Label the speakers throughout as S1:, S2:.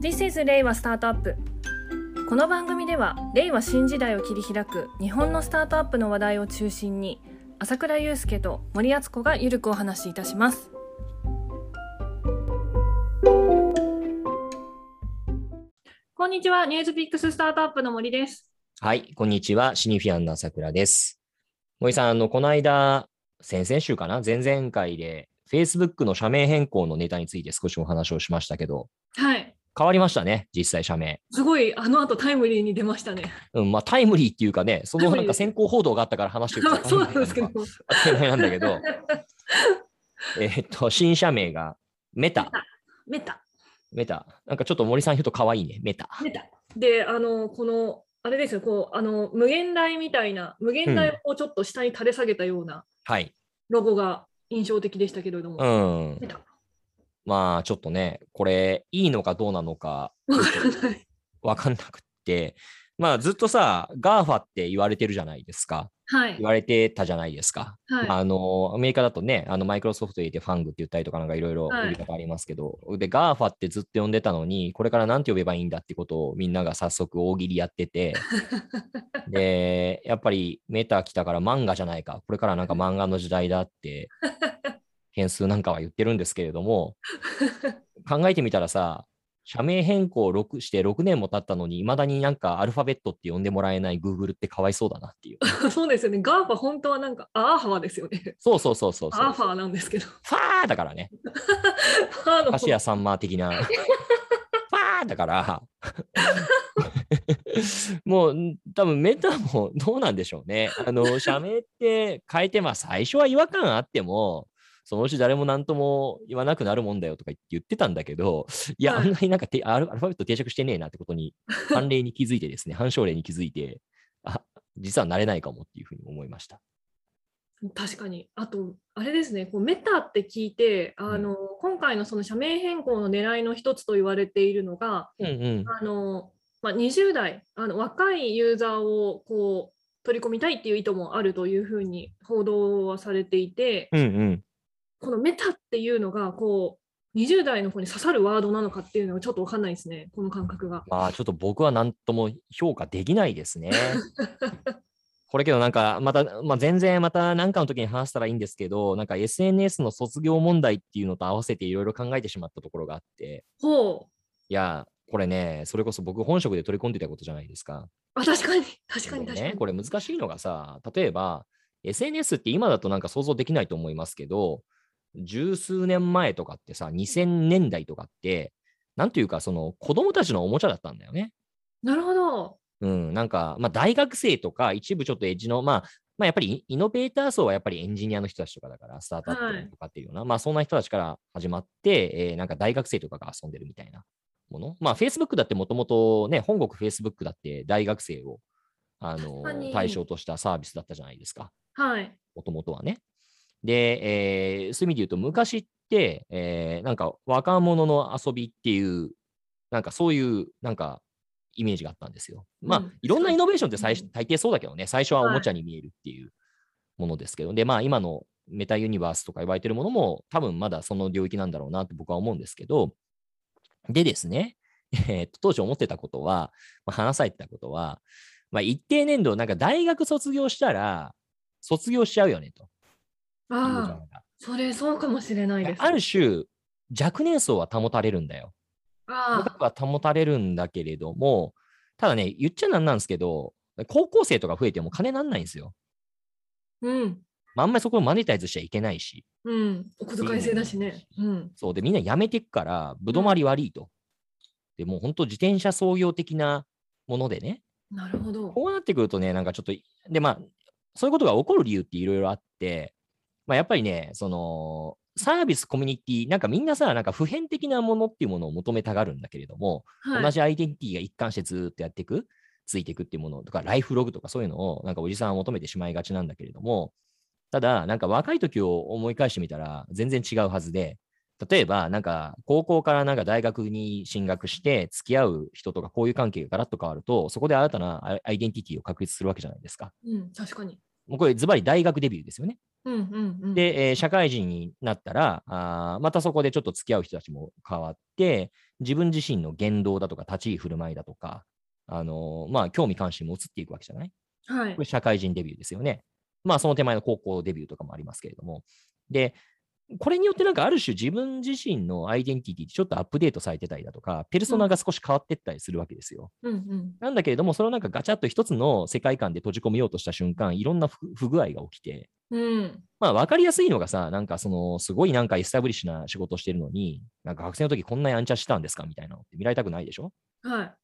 S1: This is 令和スタートアップこの番組では令和新時代を切り開く日本のスタートアップの話題を中心に朝倉祐介と森敦子がゆるくお話しいたしますこんにちはニュースピックススタートアップの森です
S2: はい、こんにちは。シニフィアンの朝倉です。森さん、あの、この間、先々週かな前々回で、Facebook の社名変更のネタについて少しお話をしましたけど、
S1: はい
S2: 変わりましたね、実際社名。
S1: すごいあの後タイムリーに出ましたね
S2: うん、まあ、タイムリーっていうかね、その
S1: タイム
S2: な
S1: リー
S2: んか先行報道があったから話してるか ら
S1: そうなんですけど
S2: 当たり前なんだけど、 えーっと、新社名が、メタ、
S1: メタ
S2: メタ。なんかちょっと森さん言うと可愛いね、メタ。
S1: メタであのこのあれですよこうあの無限大みたいな無限大をこうちょっと下に垂れ下げたような、
S2: はい。
S1: ロゴが印象的でしたけれども、
S2: うん
S1: メ。タ
S2: まあ、ちょっとね、これ、いいのかどうなのか、
S1: わからない。
S2: わかんなくって、まあずっとさ、ガーファって言われてるじゃないですか。
S1: はい
S2: 言。われてたじゃないですか。
S1: はい
S2: まあ、あの、アメリカだとね、あの、マイクロソフト入れてファングって言ったりとかなんかいろいろ
S1: はい
S2: 呼び方ありますけど、で、ガーファってずっと呼んでたのに、これからなんて呼べばいいんだってことをみんなが早速大喜利やっ てて、で、やっぱりメーター来たから漫画じゃないか、これからなんか漫画の時代だって、変数なんかは言ってるんですけれど も、考えてみたらさ、社名変更6して6年も経ったのに、いまだになんかアルファベットって呼んでもらえない Google ってかわいそうだなっていう。
S1: そうですよね。ガーファ本当はなんかアーファーですよね。
S2: そうそうそうそうそう。
S1: アーファーなんですけど。
S2: ファーだからね。
S1: ファーの
S2: 菓子屋さんま的な。ファーだから。 もう多分メタもどうなんでしょうね。あの社名って変えて、まあ最初は違和感あっても、そのうち誰も何とも言わなくなるもんだよとか言ってたんだけど、いや、
S1: はい
S2: あんなになんかてアルアルファベット定着してねえなってことに、判例に気づいてですね、反証例に気づいて、あ実はなれないかもっていうふうに思いました。
S1: 確かに。あと、あれですね。こうメタって聞いて、あの、今回のその社名変更の狙いの一つと言われているのが、
S2: うんうん。
S1: あの、まあ、20代、あの若いユーザーをこう取り込みたいっていう意図もあるというふうに報道はされていて、
S2: うんうん。
S1: このメタっていうのがこう20代の子に刺さるワードなのかっていうのはちょっと分かんないですねこの感覚が。
S2: まあちょっと僕は何とも評価できないで すね。これけどなんかまた、まあ、全然また何かの時に話したらいいんですけどなんか SNS の卒業問題っていうのと合わせていろいろ考えてしまったところがあって
S1: ほう
S2: いやこれねそれこそ僕本職で取り込んでたことじゃないですか。
S1: あ確かに確かに
S2: で
S1: 確かに。
S2: ねこれ難しいのがさ例えば SNS って今だとなんか想像できないと思いますけど十数年前とかってさ2000年代とかってなんというかその子供たちのおもちゃだったんだよね。
S1: なるほど。
S2: うん、なんか、まあ、大学生とか、一部ちょっとエッジの、まあ、まあ、やっぱりイイノベーター層はやっぱりエンジニアの人たちとかだから、スタートア
S1: は
S2: ッ
S1: い
S2: プとかっていうような、まあ、そんな人たちから始まって、えーなんか大学生とかが遊んでるみたいなもの。まあ、Facebook だってもともとね、本国 Facebook だって大学生を、あ
S1: 確
S2: の
S1: かに
S2: 対象としたサービスだったじゃないですか、
S1: はい。
S2: もともとはね。で、えーそういう意味で言うと、昔って、えーなんか若者の遊びっていう、なんかそういう、なんかイメージがあったんですよ。まあ、
S1: うん
S2: いろんなイノベーションって最
S1: う
S2: 初
S1: ん
S2: 大抵そうだけどね、最初はお
S1: はい
S2: もちゃに見えるっていうものですけど、で、まあ今のメタユニバースとか言われてるものも、多分まだその領域なんだろうなって僕は思うんですけど、でですね、 えーっと当時思ってたことは、まあ、話されてたことは、まあ、一定年度、なんか大学卒業したら、卒業しちゃうよねと。いうの
S1: ああ
S2: が
S1: それそうかもしれないです。
S2: ある種、若年層は保たれるんだよ。
S1: あ
S2: 若くは保たれるんだけれども、ただね、言っちゃなんなんですけど、高校生とか増えても金なんないんですよ。
S1: うん
S2: まあ、あんまりそこをマネタイズしちゃいけないし、
S1: うんお小遣い制だしね。うん
S2: そうで、みんな辞めていくから、ぶどまり悪いと。でもう本当、自転車創業的なものでね、
S1: なるほど。
S2: こうなってくるとね、なんかちょっと、で、まあ、そういうことが起こる理由っていろいろあって、まあ、やっぱりね、その、サービス、コミュニティ、なんかみんなさ、なんか普遍的なものっていうものを求めたがるんだけれども、
S1: はい
S2: 同じアイデンティティが一貫してずーっとやっていく、ついていくっていうものとか、ライフログとかそういうのをなんかおじさんは求めてしまいがちなんだけれども、ただ、なんか若い時を思い返してみたら全然違うはずで、例えば、なんか高校からなんか大学に進学して付き合う人とかこういう関係がガラッと変わると、そこで新たなアイアイデンティティを確立するわけじゃないですか。
S1: うん確かに。
S2: もうこれズバリ大学デビューですよね。
S1: うんうんうん、
S2: で、えー社会人になったらあーまたそこでちょっと付き合う人たちも変わって自分自身の言動だとか立ち居振る舞いだとか、あのーまあ、興味関心も移っていくわけじゃない
S1: はい
S2: これ、社会人デビューですよね。まあ、その手前の高校デビューとかもありますけれども。で、これによってなんかある種自分自身のアイデンティティってちょっとアップデートされてたりだとか、ペルソナが少し変わってったりするわけですよ。
S1: うんうん、
S2: なんだけれども、それをなんかガチャッと一つの世界観で閉じ込めようとした瞬間、いろんな不不具合が起きて、
S1: うん、
S2: まあ、分かりやすいのがさ、なんかその、すごいなんかエスタブリッシュな仕事をしてるのに、なんか学生の時こんなにアンチャしてたんですかみたいなのって見られたくないでしょ
S1: はい、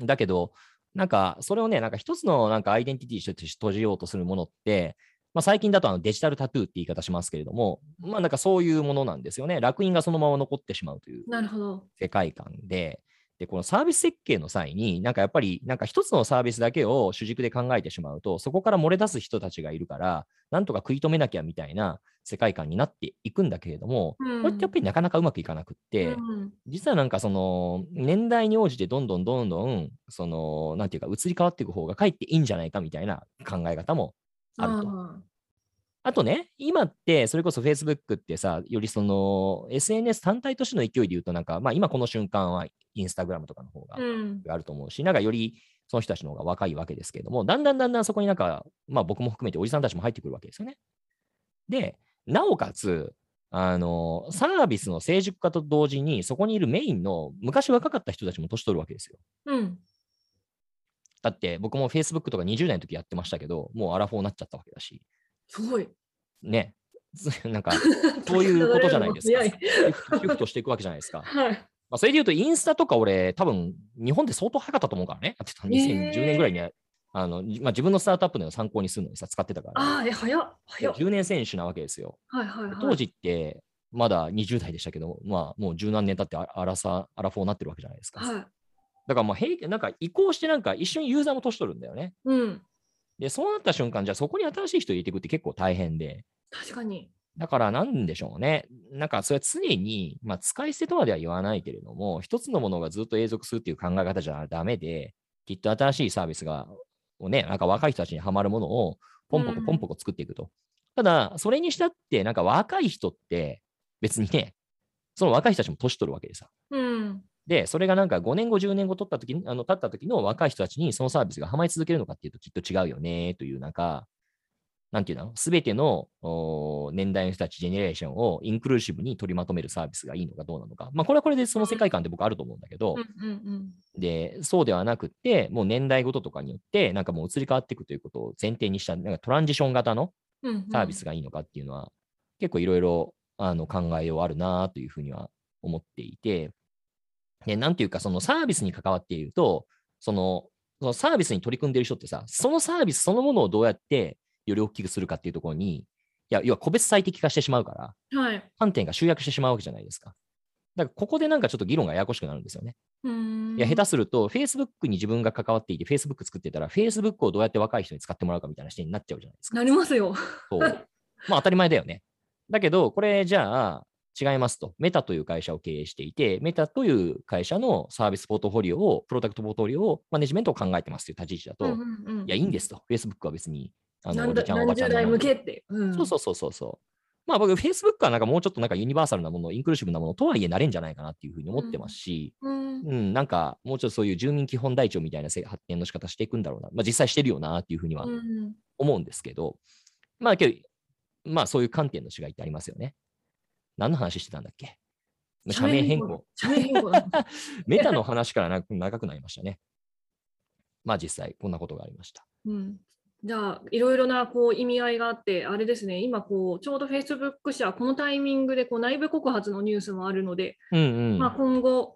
S2: だけど、なんかそれをね、なんか一つのなんかアイデンティティとして閉じようとするものって、まあ、最近だとあのデジタルタトゥーって言い方しますけれども、まあなんかそういうものなんですよね。楽印がそのまま残ってしまうという
S1: なるほど。
S2: 世界観で、で、このサービス設計の際に、なんかやっぱり、なんか一つのサービスだけを主軸で考えてしまうと、そこから漏れ出す人たちがいるから、なんとか食い止めなきゃみたいな世界観になっていくんだけれども、これってやっぱりなかなかうまくいかなくって、
S1: うん
S2: 実はなんかその年代に応じてどんどんどんどんそのなんていうか移り変わっていく方がかえっていいんじゃないかみたいな考え方もあると。あ
S1: あ
S2: とね今ってそれこそ Facebook ってさよりその SNS 単体としての勢いで言うとなんかまあ今この瞬間は Instagram とかの方が
S1: ーうん、
S2: あると思うし、なんかよりその人たちの方が若いわけですけれども、だんだんだんだんそこになんか、まあ僕も含めておじさんたちも入ってくるわけですよね。で、なおかつ、あのサービスの成熟化と同時に、そこにいるメインの昔若かった人たちも年取るわけですよ。
S1: うん、
S2: だって僕も Facebook とか20代の時やってましたけど、もうアラフォーになっちゃったわけだし、
S1: すごい。
S2: ね。 なんか、そういうことじゃないですか
S1: 早い
S2: シフトしていくわけじゃないですか。
S1: はい。
S2: まあ、それで言うと、インスタとか俺、多分日本で相当早かったと思うからね。やってた
S1: へー
S2: 2010年ぐらいに、あのまあ、自分のスタートアップの参考にするのにさ、使ってたから、
S1: ああ、え、早っ、早っ。
S2: 10年選手なわけですよ。
S1: はいはいはい。
S2: 当時って、まだ20代でしたけど、まあ、もう十何年経ってアアラサアラフォーになってるわけじゃないですか。
S1: はい。
S2: だから、まあ平均、なんか移行して、なんか一緒にユーザーも年取るんだよね。
S1: うん、
S2: で、そうなった瞬間、じゃあそこに新しい人入れていくって結構大変で、
S1: 確かに。
S2: だからなんでしょうね。なんかそれは常に、まあ、使い捨てとまでは言わないけれども、一つのものがずっと永続するっていう考え方じゃダメで、きっと新しいサービスが、をね、なんか若い人たちにはまるものをポンポコ
S1: うん
S2: ポンポコ作っていくと。ただ、それにしたって、なんか若い人って別にね、その若い人たちも年取るわけでさ。
S1: うん、
S2: で、それがなんか5年後、10年後取った時にあの経った時の若い人たちにそのサービスがはまり続けるのかっていうときっと違うよねという、なんか、なんていうの、すべてのおー年代の人たち、ジェネレーションをインクルーシブに取りまとめるサービスがいいのかどうなのか。まあ、これはこれでその世界観って僕あると思うんだけど
S1: うん、、うん、
S2: で、そうではなくって、もう年代ごととかによって、なんかもう移り変わっていくということを前提にした、なんかトランジション型の
S1: うんうん。
S2: サービスがいいのかっていうのは、結構いろいろあの考えようあるなというふうには思っていて、で、なんていうか、そのサービスに関わっていると、その、そのサービスに取り組んでいる人ってさ、そのサービスそのものをどうやってより大きくするかっていうところに、いや、要は個別最適化してしまうから、
S1: はい。
S2: 観点が集約してしまうわけじゃないですか。だから、ここでなんかちょっと議論がややこしくなるんですよね。
S1: うーん。
S2: いや、下手すると、Facebook に自分が関わっていて、Facebook 作ってたら、Facebook をどうやって若い人に使ってもらうかみたいな視点になっちゃうじゃないですか。
S1: なりますよ。
S2: そう。まあ、当たり前だよね。だけど、これじゃあ、違いますと。メタという会社を経営していて、メタという会社のサービスポートフォリオを、プロダクトポートフォリオを、マネジメントを考えてますという立ち位置だと、
S1: うんうんうん
S2: いや、いいんですと。Facebook は別に、あ
S1: なん
S2: お
S1: だ
S2: じちゃん、おば
S1: 何
S2: ちゃ
S1: 十
S2: んの
S1: 代向けって。うん
S2: そうそうそうそうそう。まあ僕、Facebook はなんかもうちょっとなんかユニバーサルなもの、インクルーシブなものとはいえなれんじゃないかなっていうふうに思ってますし、
S1: うん。
S2: うん、なんかもうちょっとそういう住民基本台帳みたいなせ発展の仕方していくんだろうな、まあ、実際してるよなっていうふうには
S1: うん
S2: 思うんですけど、まあけど、まあそういう観点の違いってありますよね。何の話してたんだっけ社名変更。。
S1: 社名変更だ。
S2: メタの話からな長くなりましたね。まあ実際こんなことがありました。
S1: うんじゃあいろいろなこう意味合いがあってあれですね今こうちょうど Facebook 社このタイミングでこう内部告発のニュースもあるので、
S2: うんうん。
S1: まあ、今後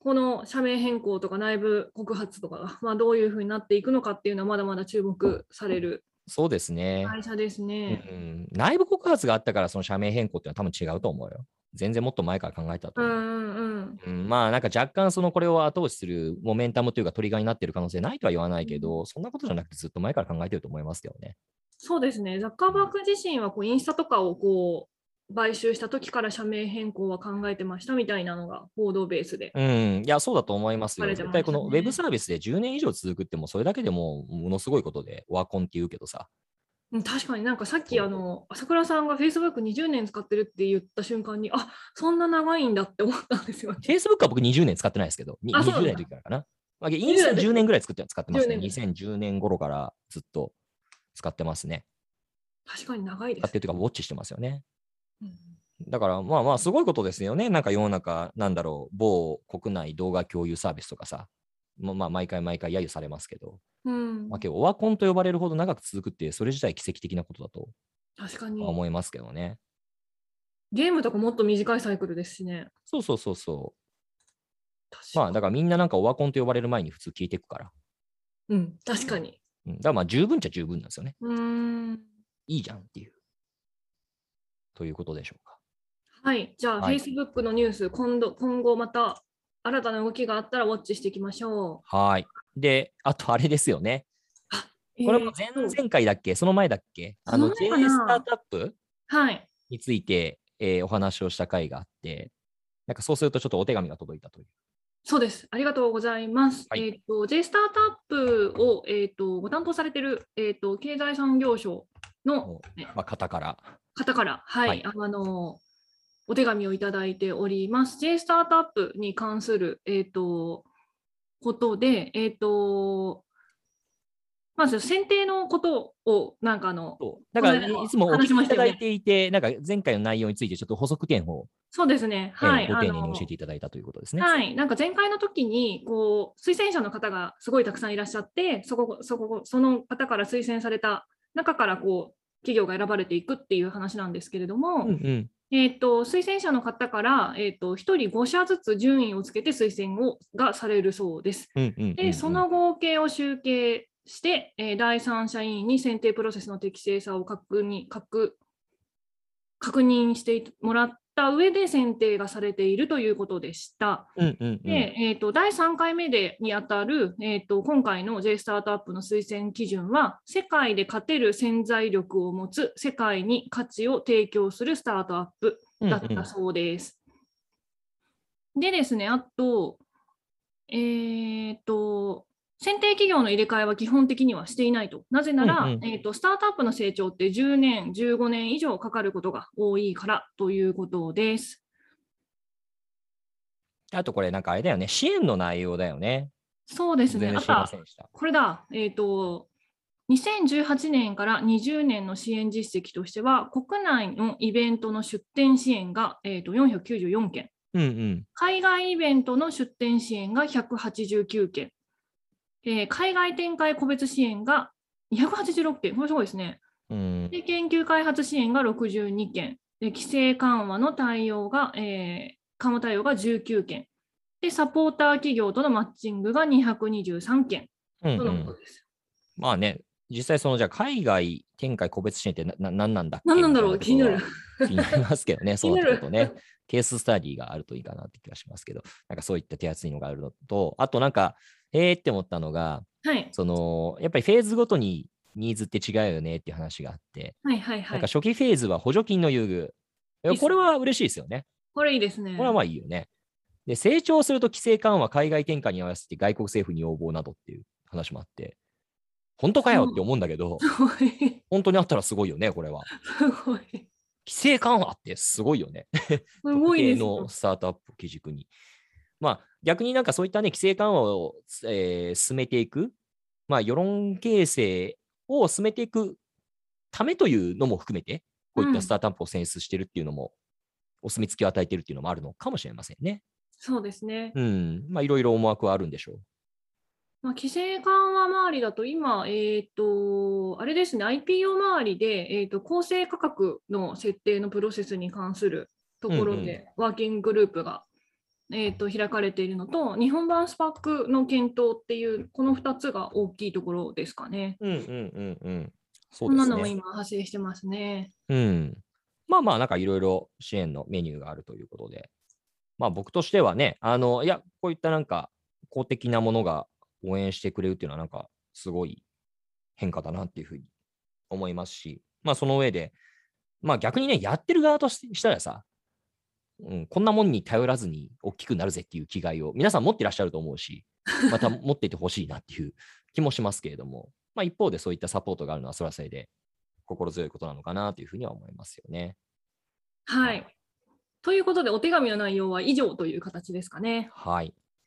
S1: この社名変更とか内部告発とかが、まあ、どういうふうになっていくのかっていうのはまだまだ注目される
S2: そうですね、
S1: 会社です
S2: う
S1: ね。
S2: ん。内部告発があったからその社名変更っていうのは多分違うと思うよ。全然もっと前から考えたと
S1: うん
S2: 思う。
S1: うん
S2: うん、まあなんか若干そのこれを後押しするモメンタムというかトリガーになってる可能性ないとは言わないけど、そんなことじゃなくてずっと前から考えてると思いますけどね。
S1: そうですねザッカーバーグ自身はこうインスタとかをこう買収した時から社名変更は考えてましたみたいなのが報道ベースで。
S2: うん、いや、そうだと思いますよ。
S1: 疲れて
S2: 絶
S1: ました
S2: 対
S1: ね
S2: このウェブサービスで10年以上続くってもうそれだけでもうものすごいことでオワコンって言うけどさ、
S1: うん確かになんかさっきあの朝倉さんが Facebook20 年使ってるって言った瞬間にあそんな長いんだって思ったん ですよね。
S2: Facebook は僕20年使ってないですけど、に
S1: あそうな
S2: 20
S1: んだ
S2: 代の時からかな。まあ、インスタ10年ぐらい作って使ってますね。
S1: 10
S2: 2010年頃からずっと使ってますね。
S1: 確かに長いで
S2: 使っ
S1: す
S2: て。るというか、ウォッチしてますよね。
S1: うん
S2: だからまあまあすごいことですよね。なんか世の中、なんだろう、某国内動画共有サービスとかさ、まあまあ毎回毎回揶揄されますけど、
S1: うん
S2: まあ、けどオワコンと呼ばれるほど長く続くって、それ自体奇跡的なことだと
S1: 確かに
S2: 思いますけどね。
S1: ゲームとかもっと短いサイクルですしね。
S2: そうそうそうそう。
S1: 確
S2: まあ
S1: か
S2: だからみんななんかオワコンと呼ばれる前に普通聞いていくから。
S1: うん、確かに。
S2: うん、だからまあ十分っちゃ十分なんですよね。
S1: うーん
S2: いいじゃんっていう。ということでしょうか。
S1: はい、じゃあ、
S2: はい
S1: Facebook のニュース、今度、今後また新たな動きがあったらウォッチしていきましょ
S2: はーい。で、あとあれですよね。
S1: う。
S2: これも前
S1: えー
S2: 々回だっけ、その前だっけあの
S1: そ
S2: JA
S1: の前かな
S2: スタートアップ
S1: はい。
S2: について、えーお話をした回があって、なんかそうするとちょっとお手紙が届いたという。
S1: そうです。ありがとうございます。
S2: はい
S1: えっ、と、J スタートアップを、えっ、と、ご担当されてる、えっ、と、経済産業省の
S2: もうまあ、方から。
S1: 方から、はい、
S2: はい
S1: あの、お手紙をいただいております。J スタートアップに関する、えっ、と、ことで、えっ、と、まず選定のことを、なんかあの、
S2: だか
S1: この間
S2: ら、
S1: も
S2: いつもお
S1: 話
S2: 聞
S1: し
S2: き
S1: ま
S2: い
S1: した
S2: た
S1: よ
S2: だ
S1: ね
S2: いていて、なんか前回の内容についてちょっと補足点を、
S1: そうですね。
S2: えー
S1: はい。
S2: ご丁寧
S1: あの
S2: に教えていただいたということですね。
S1: はい、なんか前回の時にこう推薦者の方がすごいたくさんいらっしゃってそこそこその方から推薦された中からこう企業が選ばれていくっていう話なんですけれども、
S2: うんうん。
S1: えー、と推薦者の方から、えー、と1人5社ずつ順位をつけて推薦をがされるそうです。
S2: うんうんうんうん
S1: でその合計を集計して、えー第三者委員に選定プロセスの適正さを確認確確認してもらった上で選定がされているということでした。
S2: うんうんうん
S1: で、えー、と第3回目でにあたる、えー、と今回の J スタートアップの推薦基準は世界で勝てる潜在力を持つ世界に価値を提供するスタートアップだっ
S2: うんうん
S1: たそうです。でですねあと,、えー、と選定企業の入れ替えは基本的にはしていないと。なぜなら、
S2: うんうん
S1: えー、とスタートアップの成長って10年、15年以上かかることが多いからということです。
S2: あとこれなんかあれだよね、支援の内容だよね。
S1: そうです
S2: 全
S1: ね。
S2: 然
S1: あ
S2: 知
S1: と
S2: りま
S1: は
S2: せんでした。
S1: これだ、えっ、と、2018年から20年の支援実績としては、国内のイベントの出店支援が、えー、と494件、
S2: うんうん。
S1: 海外イベントの出店支援が189件、えー海外展開個別支援が286件、これすごいですね。
S2: うん
S1: で、研究開発支援が62件、で規制緩和の対応が、えー緩和対応が19件、で、サポーター企業とのマッチングが223件
S2: うん
S1: と
S2: う
S1: のこ
S2: ん
S1: とです。
S2: まあね、実際そのじゃあ海外展開個別支援ってなななんなんだっけ
S1: 何なんだろう
S2: みたいな
S1: 気にな
S2: ところは気になりますけ どね、
S1: 気
S2: そう
S1: にな
S2: なって
S1: る
S2: くるとね、ケーススタディがあるといいかなって気がしますけど、なんかそういった手厚いのがあるのと、あとなんか、えーって思ったのが、
S1: はい、
S2: そのやっぱりフェーズごとにニーズって違うよねっていう話があって、
S1: はいはいは
S2: なん
S1: い
S2: か。初期フェーズは補助金の優遇い
S1: いいっ
S2: や。
S1: す
S2: これは嬉しいですよね。
S1: これいいですね。
S2: これはまあいいよね。で、成長すると規制緩和、海外転換に合わせて外国政府に要望などっていう話もあって、本当かよって思うんだけど、
S1: すごい。
S2: 本当にあったらすごいよね、これは。
S1: すごい。
S2: 規制緩和ってすごいよね。
S1: すごいです
S2: 特定のスタートアップを基軸に。まあ、逆になんかそういったね、規制緩和を、えー進めていく、まあ、世論形成を進めていくためというのも含めて、こういっ
S1: う
S2: た
S1: ん
S2: スタートアップを選出してるっていうのも、お墨付きを与えてるっていうのもあるのかもしれませんね。
S1: そうですね。
S2: うん、まあいろいろ思惑はあるんでしょう。
S1: まあ、規制緩和周りだと今、えっ、と、あれですね、IPO 周りで、えっ、と、公正価格の設定のプロセスに関するところで、ワーキンググループが、えっ、と、開かれているのと、日本版スパックの検討っていう、この2つが大きいところですかね。
S2: うんうんうんうん。そ
S1: こ
S2: うんで
S1: な
S2: す
S1: のも
S2: ね。
S1: 今発生してますね。
S2: うん。まあまあ、なんかいろいろ支援のメニューがあるということで。まあ僕としてはね、あの、いや、こういったなんか公的なものが応援してくれるっていうのはなんかすごい変化だなっていうふうに思いますし、まあその上で、まあ逆にね、やってる側とししたらさ、うん、こんなもんに頼らずに大きくなるぜっていう気概を皆さん持ってらっしゃると思うし、また持っていてほしいなっていう気もしますけれども、まあ一方でそういったサポートがあるのはそれはそれで心強いことなのかなというふうには思いますよね。
S1: はい。ということで、お手紙の内容は以上という形ですかね。
S2: はい。